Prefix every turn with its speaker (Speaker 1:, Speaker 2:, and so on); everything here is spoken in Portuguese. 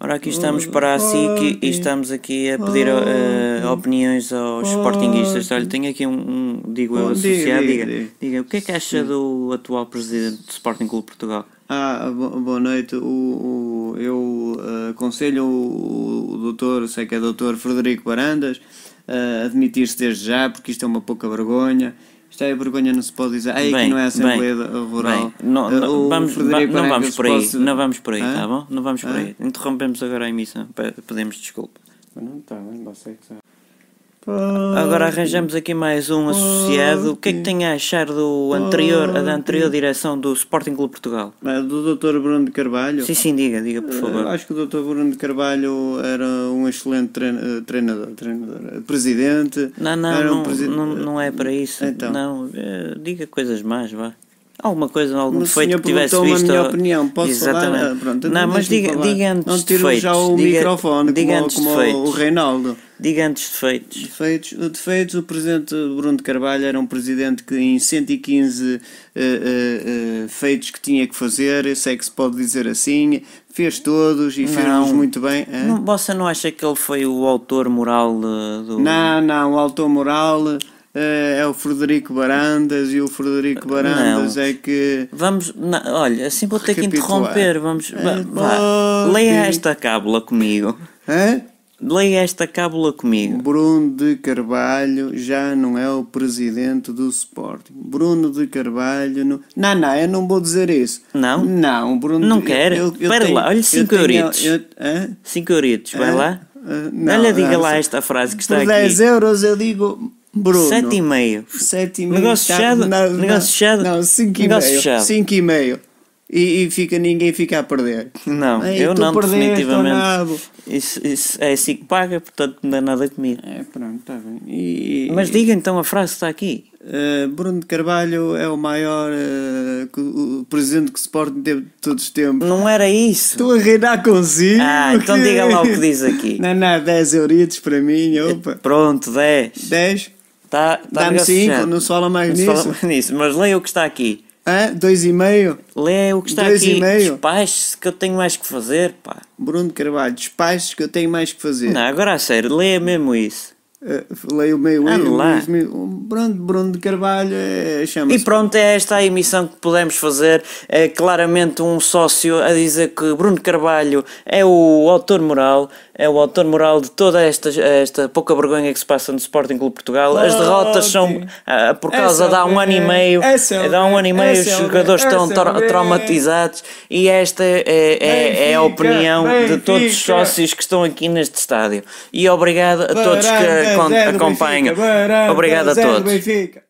Speaker 1: Ora, aqui estamos para a SIC e estamos aqui a pedir eh, opiniões aos sportinguistas. Olha, tenho aqui um, um- digo eu,
Speaker 2: Oh, diga,
Speaker 1: associado.
Speaker 2: diga,
Speaker 1: Diga,
Speaker 2: diga.
Speaker 1: diga, o que é que acha do atual presidente do Sporting Clube de Portugal?
Speaker 2: Ah, bo- boa noite. O, o- eu eh, aconselho o, o doutor, sei que é doutor Frederico Barandas, eh, a admitir-se desde já, porque isto é uma pouca vergonha. Isto é vergonha, não se pode dizer. Ai,
Speaker 1: Bem,
Speaker 2: que não é Assembleia
Speaker 1: bem,
Speaker 2: Rural.
Speaker 1: bem, não,
Speaker 2: Eh,
Speaker 1: não-
Speaker 2: o
Speaker 1: vamos, va-
Speaker 2: Frederico
Speaker 1: não
Speaker 2: Barandas
Speaker 1: vamos por aí,
Speaker 2: posso-
Speaker 1: não vamos por aí,
Speaker 2: Hã?
Speaker 1: tá bom? Não vamos por
Speaker 2: Hã?
Speaker 1: aí. Interrompemos agora a emissão, pe- pedimos desculpa.
Speaker 2: Não, tá bem, você que sabe.
Speaker 1: Agora arranjamos aqui mais um associado. O que é que tem a achar do anterior, a da anterior direção do Sporting Clube de Portugal?
Speaker 2: Ah, Do doutor Bruno de Carvalho.
Speaker 1: Sim, sim, diga, diga, por
Speaker 2: Eu
Speaker 1: favor.
Speaker 2: Acho que o Dr. Bruno de Carvalho era um excelente trein- eh, treinador, treinador, eh, presidente.
Speaker 1: Não, não,
Speaker 2: era um
Speaker 1: não,
Speaker 2: presi-
Speaker 1: não, não é para isso.
Speaker 2: Então.
Speaker 1: Não, eh, diga coisas más, vá. Alguma coisa, algum
Speaker 2: Mas o
Speaker 1: defeito
Speaker 2: senhor
Speaker 1: que tivesse
Speaker 2: perguntou-me a
Speaker 1: visto.
Speaker 2: minha
Speaker 1: ou-
Speaker 2: opinião, posso
Speaker 1: Exatamente.
Speaker 2: falar? Ah, pronto,
Speaker 1: não,
Speaker 2: então
Speaker 1: mas
Speaker 2: deixe-me
Speaker 1: diga,
Speaker 2: falar.
Speaker 1: diga antes
Speaker 2: Não tiro
Speaker 1: defeitos.
Speaker 2: já o
Speaker 1: diga,
Speaker 2: microfone,
Speaker 1: diga
Speaker 2: como,
Speaker 1: antes
Speaker 2: como
Speaker 1: defeitos.
Speaker 2: o Reinaldo.
Speaker 1: Diga antes defeitos.
Speaker 2: Defeitos, defeitos, o presidente Bruno de Carvalho era um presidente que em 115 eh, eh, eh, feitos que tinha que fazer, eu sei que se pode dizer assim, fez todos e fez-nos muito bem. eh? hã?
Speaker 1: Não, você não acha que ele foi o autor moral eh, do.
Speaker 2: Não, não, o autor moral eh, é o Frederico Barandas e o Frederico Barandas é que.
Speaker 1: Vamos. na- olha, assim vou ter que
Speaker 2: Recapitular.
Speaker 1: interromper. Vamos. vá-
Speaker 2: Eh,
Speaker 1: vá.
Speaker 2: pode.
Speaker 1: Leia esta cábula comigo.
Speaker 2: Hã?
Speaker 1: Leia esta cábula comigo.
Speaker 2: Bruno de Carvalho já não é o presidente do Sporting. Bruno de Carvalho. Não, não, não eu não vou dizer isso.
Speaker 1: Não?
Speaker 2: Não, Bruno
Speaker 1: Não
Speaker 2: de-
Speaker 1: quer? Espera lá, olha,
Speaker 2: eu
Speaker 1: cinco
Speaker 2: tenho-
Speaker 1: euritos.
Speaker 2: eu- hã?
Speaker 1: 5 euritos, vai
Speaker 2: Hã?
Speaker 1: lá.
Speaker 2: Hã? É? Não,
Speaker 1: Olha, diga
Speaker 2: não,
Speaker 1: lá
Speaker 2: se-
Speaker 1: esta frase que está
Speaker 2: Por 10
Speaker 1: aqui.
Speaker 2: euros eu digo Bruno.
Speaker 1: 7 e meio.
Speaker 2: Sete e
Speaker 1: Negócio
Speaker 2: meio, tá-
Speaker 1: fechado?
Speaker 2: Não,
Speaker 1: Negócio
Speaker 2: não,
Speaker 1: fechado?
Speaker 2: Não, cinco e
Speaker 1: Negócio
Speaker 2: meio.
Speaker 1: fechado.
Speaker 2: Cinco e meio. E, e fica, ninguém fica a perder.
Speaker 1: Não,
Speaker 2: Ei,
Speaker 1: eu
Speaker 2: tu
Speaker 1: não,
Speaker 2: perdeste,
Speaker 1: definitivamente.
Speaker 2: ó nabo.
Speaker 1: Isso, isso é assim que paga, portanto não dá nada comigo.
Speaker 2: É, pronto, está bem. E,
Speaker 1: Mas diga então a frase que está aqui.
Speaker 2: eh, Bruno de Carvalho é o maior eh, que- o presidente que o Sporting teve de todos os tempos.
Speaker 1: Não era isso.
Speaker 2: Estou a reinar consigo.
Speaker 1: Ah, então diga lá o que diz aqui.
Speaker 2: Não, não, 10 euritos para mim, opa.
Speaker 1: Pronto, 10.
Speaker 2: 10,
Speaker 1: Tá, tá
Speaker 2: dá-me
Speaker 1: negócio
Speaker 2: 5,
Speaker 1: fechado.
Speaker 2: não se fala mais
Speaker 1: Não se
Speaker 2: nisso.
Speaker 1: fala mais nisso, Mas leia o que está aqui.
Speaker 2: Hã? Dois e meio.
Speaker 1: Leia o que está
Speaker 2: Dois e
Speaker 1: aqui.
Speaker 2: meio.
Speaker 1: Despache-se que eu tenho mais que fazer, pá.
Speaker 2: Bruno de Carvalho, despachos que eu tenho mais que fazer.
Speaker 1: Não, agora a sério, leia mesmo isso.
Speaker 2: Eh, leio meio
Speaker 1: Ande
Speaker 2: eu,
Speaker 1: lá.
Speaker 2: Luís Mi- Bruno, Bruno de Carvalho eh,
Speaker 1: E
Speaker 2: chama-se.
Speaker 1: pronto, é esta a emissão que pudemos fazer. É claramente um sócio a dizer que Bruno Carvalho é o autor moral, é o autor moral de toda esta, esta pouca vergonha que se passa no Sporting Clube de Portugal. As
Speaker 2: Oh,
Speaker 1: derrotas são
Speaker 2: sim.
Speaker 1: ah, por causa
Speaker 2: Essa
Speaker 1: de há um
Speaker 2: é
Speaker 1: ano e
Speaker 2: bem.
Speaker 1: meio.
Speaker 2: Essa é
Speaker 1: Dá um ano e
Speaker 2: bem.
Speaker 1: meio os
Speaker 2: Essa é
Speaker 1: jogadores
Speaker 2: bem.
Speaker 1: estão
Speaker 2: Essa
Speaker 1: tra-
Speaker 2: é bem.
Speaker 1: traumatizados e esta é, é- é a
Speaker 2: Benfica,
Speaker 1: opinião de todos os
Speaker 2: Benfica.
Speaker 1: sócios que estão aqui neste estádio. E obrigado a todos que
Speaker 2: Baranda,
Speaker 1: acon-
Speaker 2: Zé do
Speaker 1: acompanham.
Speaker 2: Benfica, Baranda,
Speaker 1: Obrigado a
Speaker 2: Zé do
Speaker 1: todos.
Speaker 2: Benfica.